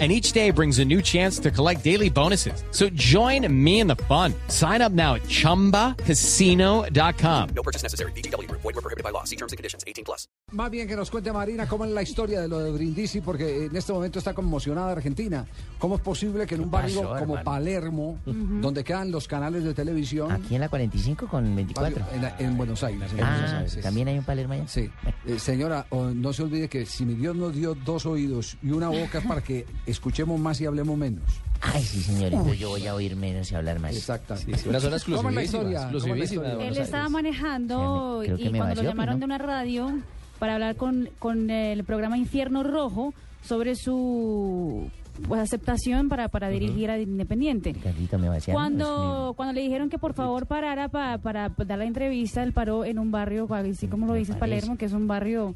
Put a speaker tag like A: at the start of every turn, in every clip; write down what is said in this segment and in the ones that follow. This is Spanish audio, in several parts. A: and each day brings a new chance to collect daily bonuses. So join me in the fun. Sign up now at ChumbaCasino.com.
B: No purchase necessary. BGW. Void were prohibited by law. See terms and conditions. 18 plus.
C: Más bien que nos cuente Marina cómo es la historia de lo de Brindisi, porque en este momento está conmocionada Argentina. ¿Cómo es posible que en un barrio
D: pasó,
C: como
D: hermano?
C: Palermo, donde quedan los canales de televisión,
D: Aquí en la 45 con 24.
C: en, la- en Buenos Aires? en Buenos
D: Ah,
C: Aires, sí.
D: también hay un Palermo allá.
C: Sí. Eh, señora, o- no se olvide que si mi Dios nos dio dos oídos y una boca es para que escuchemos más y hablemos menos.
D: Ay, sí, señorito, yo voy a oír menos y hablar más.
C: Exactamente.
E: Una zona
C: ¿Cómo es la
E: exclusivísima.
C: historia? ¿Cómo es la
E: exclusivísima de
C: historia?
E: Buenos
F: Él
E: Aires.
F: estaba manejando
D: Sí, me- creo que
F: y
D: me
F: cuando lo
D: vació,
F: llamaron
D: ¿no?
F: de una radio para hablar con, con el programa Infierno Rojo sobre su pues, aceptación para, para dirigir a Independiente.
D: Carlito, me vaciaron.
F: Cuando, cuando le dijeron que por favor parara pa- para dar la entrevista, él paró en un barrio, así como lo dices, Palermo, que es un barrio,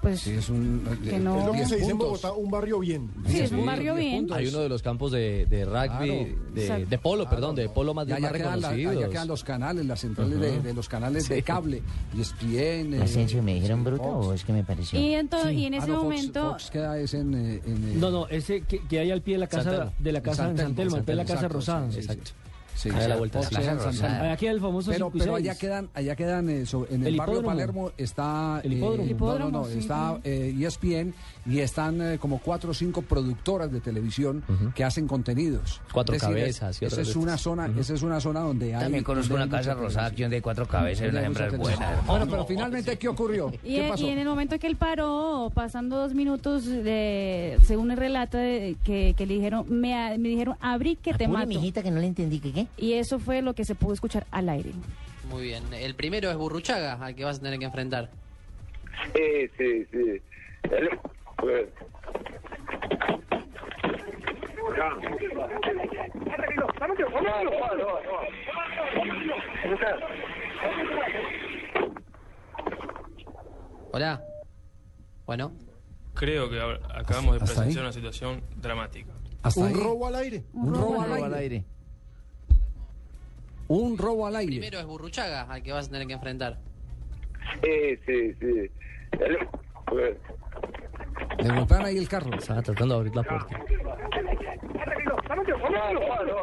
F: pues
C: Sí, es un. eh,
F: Que no.
G: Es lo que
F: Bien
G: se dice en
C: puntos.
G: Bogotá, un barrio bien.
F: sí, es un barrio
C: diez
F: bien.
C: puntos.
E: Hay uno de los campos de, de rugby,
C: Claro.
E: de,
F: Exacto.
E: de polo, perdón, de polo más,
C: Ya,
E: más
C: ya quedan la-
E: reconocidos.
C: allá quedan los canales, las centrales de, de los canales de cable, ESPN. eh,
D: Asensio, ¿me dijeron
C: sí,
D: bruto
C: Fox.
D: o es que me pareció?
F: Y, ento- y en
C: Ah,
F: ese
C: no, Fox-
F: momento...
C: Fox queda es en, eh, en, eh,
H: No, no, ese que, que hay al pie de la casa
E: Santelmo.
H: de la casa en
C: San Telmo,
H: Santelmo, al pie de la
C: San
H: casa
C: Telmo,
H: rosada.
C: sí, sí,
E: Exacto.
C: Sí,
D: Ah,
E: Ahí a la vuelta de
C: Fox
E: la
C: es
E: Plaza
C: en San
D: Rosada.
C: Telmo.
H: Aquí el famoso
C: Pero,
H: 5 y
C: pero allá
H: 6.
C: quedan, allá quedan eh, so- en el,
H: pues, El
C: barrio
H: hipódromo.
C: Palermo está
H: El
C: eh,
H: hipódromo.
C: no,
F: Hipódromo,
C: no, no,
F: sí,
C: está eh, ESPN y están eh, como cuatro o cinco productoras de televisión que hacen contenidos.
E: Cuatro
C: Es decir,
E: cabezas y
C: Esa
E: otras
C: es
E: de
C: una
E: estas.
C: zona, esa es una zona donde hay.
D: También conozco
C: donde
D: una
C: hay
D: casa
C: mucha
D: rosada aquí
C: televisión.
D: donde hay cuatro cabezas y
C: Donde
D: una
C: hay
D: hembra
C: mucha
D: buena.
C: televisión. Bueno, pero finalmente, ¿qué ocurrió?
F: Y,
C: ¿Qué pasó?
F: y en el momento que él paró, pasando dos minutos, de, según el relato de- que, que le dijeron, me, a- me dijeron, abrí que te
D: Apure,
F: mato.
D: Ah, mijita, que no le entendí, ¿qué qué?
F: Y eso fue lo que se pudo escuchar al aire.
I: Muy bien. El primero es Burruchaga, al que vas a tener que enfrentar.
J: Sí, sí, sí. El- pues. Ya. No, no, no, no.
I: Hola. Bueno.
K: Creo que ahora acabamos de
C: ¿Hasta
K: presenciar
C: ahí?
K: una situación dramática.
C: Hasta
G: Un
C: ahí.
G: robo al aire.
C: un robo
D: Robo
C: al aire. Un robo al
I: El
C: aire.
I: primero es Burruchaga, al que vas a tener que enfrentar.
J: Sí, sí, sí. El- pues.
C: Le botan ahí el carro.
E: Estaba tratando de abrir la puerta.
J: No, no, no, no.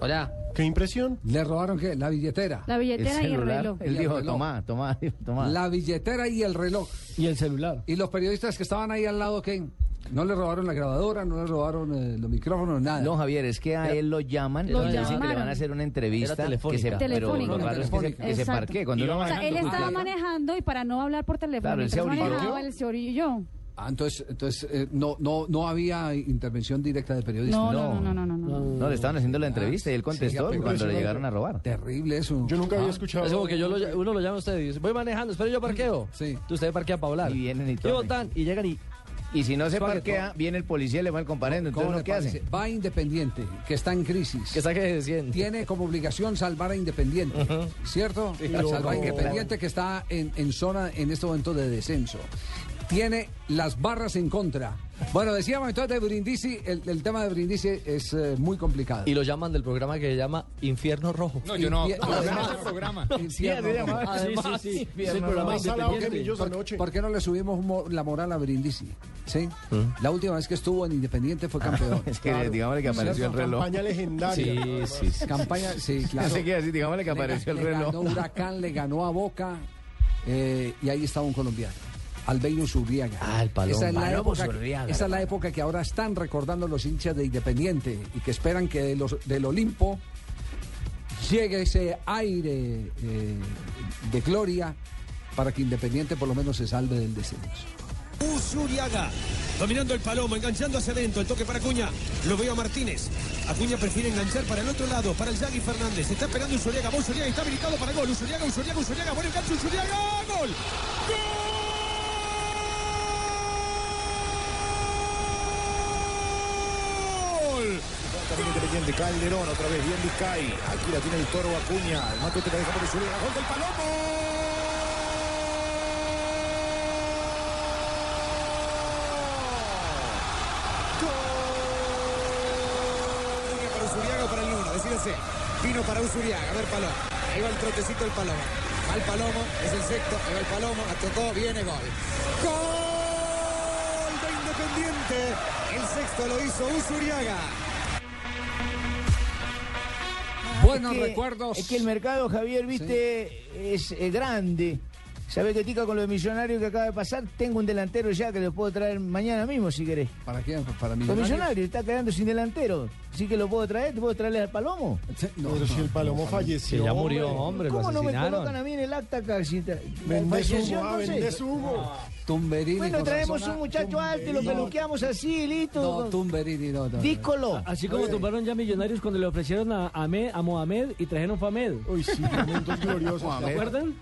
I: Hola.
G: ¿Qué impresión?
C: Le robaron qué? La billetera.
F: La billetera y el reloj.
D: Él
C: Y el
D: dijo,
C: reloj.
D: toma, toma, toma.
C: La billetera y el reloj.
H: y el celular.
C: Y los periodistas que estaban ahí al lado, ¿qué? No le robaron la grabadora, no le robaron eh, los micrófonos, nada.
D: No, Javier, es que a él lo llaman,
F: Lo
D: le dicen que le van
F: llamaron.
D: a hacer una entrevista.
E: Era
D: Que se,
E: telefónica.
D: pero lo
F: Telefónica.
D: raro es que se, que se
F: Exacto.
D: parquee. Cuando
K: Y
D: uno
K: va
F: O sea, él
K: manejando,
F: estaba
K: claro.
F: manejando y para no hablar por teléfono,
D: Claro, él se
F: mientras
D: orilló.
F: manejaba, él se orilló.
C: Ah, entonces, entonces eh, no, no, no había intervención directa de periodistas.
F: No, no, no, no, no, no, no.
D: pues, No, le estaban haciendo la entrevista y él contestó
C: sí, ya,
D: cuando le
G: pero-
D: llegaron a robar.
C: Terrible eso. Ah,
G: Yo nunca había escuchado.
E: Ah, Es como que yo lo ll- uno lo llama a usted y dice, voy manejando, espere yo parqueo.
C: Sí.
E: Entonces usted parquea para hablar.
D: Y vienen y
E: ¿Qué
D: todo.
E: botan? Y llegan y...
D: Y si no se
E: Suave,
D: parquea, viene el policía y le va el comparendo. Entonces,
C: ¿Cómo
D: ¿no
C: le
D: qué
C: parece?
D: hacen?
C: Va Independiente, que está en crisis.
E: Que saque de 100.
C: Tiene como obligación salvar a Independiente, ¿cierto? salvar a Independiente que está en, en zona en este momento de descenso. Tiene las barras en contra. Bueno, decíamos entonces de Brindisi, el, el tema de Brindisi es eh, muy complicado.
E: Y lo llaman del programa que se llama Infierno Rojo.
C: yo no. programa.
E: Además,
H: sí, sí, sí.
E: Infierno
H: Es el programa
E: Rojo.
G: Más salado que
E: Independiente.
G: millos anoche.
C: ¿Por qué no le subimos mo- la moral a Brindisi? ¿Sí? La última vez que estuvo en Independiente fue campeón.
D: Es que digámosle que apareció el reloj.
G: Campaña legendaria.
E: Sí, sí, sí.
C: Campaña, sí, claro.
D: Así que así, digámosle que apareció el
C: le ganó
D: reloj.
C: Huracán, le ganó a Boca eh, y ahí estaba un colombiano. Albeiro Zurriaga.
E: Ah, el Palomo.
C: Esa es, la
D: Palomo
C: época,
D: Zurriaga,
C: esa es la época que ahora están recordando los hinchas de Independiente y que esperan que de los, del Olimpo llegue ese aire eh, de gloria para que Independiente por lo menos se salve del descenso.
L: Usuriaga, dominando el palomo, enganchando hacia adentro, el toque para Acuña, lo veo a Martínez, Acuña prefiere enganchar para el otro lado, para el Yagui Fernández, está esperando Usuriaga, va Usuriaga, está habilitado para gol, Usuriaga, Usuriaga, Usuriaga, bueno enganche Usuriaga, gol, gol,
M: también Independiente. Calderón otra vez, bien Vizcay. Aquí la tiene el toro Acuña. El mate te la deja por el Zuluaga. Gol del Palomo. Gol. Acuña para Usuriaga o para el Luna, decídase. Vino para Usuriaga, a ver Palomo. Ahí va el trotecito del Palomo. Va el Palomo, es el sexto, ahí va el Palomo, atacó, viene gol. ¡Gol de Independiente! El sexto lo hizo Usuriaga.
C: Buenos
D: Ah, Es que-
C: recuerdos.
D: Es que el mercado, Javier, viste, es eh, grande. ¿Sabes qué, Tica, con los millonarios que acaba de pasar? Tengo un delantero ya que lo puedo traer mañana mismo, si querés.
C: ¿Para quién? ¿Para
D: Los
C: millonarios?
D: millonarios está quedando sin delantero. Así que lo puedo traer, ¿te puedo traerle al Palomo?
C: No,
G: Pero si el Palomo falleció.
E: Que ya murió, hombre, lo
D: ¿Cómo no me
E: asesinaron.
D: colocan a mí en el acta acá? Si tra-
G: Vendés
D: falleció,
G: humo, ah,
D: entonces?
G: vendés humo.
E: Ah.
C: Tumberini.
D: Bueno,
C: con
D: traemos
C: razón.
D: un
M: Ah,
D: muchacho alto y lo
C: No,
D: peluqueamos así,
C: No,
D: listo.
C: Tumberini, no, no, no.
D: Dícolo.
H: Así como tumbaron ya Millonarios cuando le ofrecieron a, Ahmed- a Mohamed y trajeron fue a Ahmed.
G: Uy, sí, momentos gloriosos.
H: ¿Se acuerdan?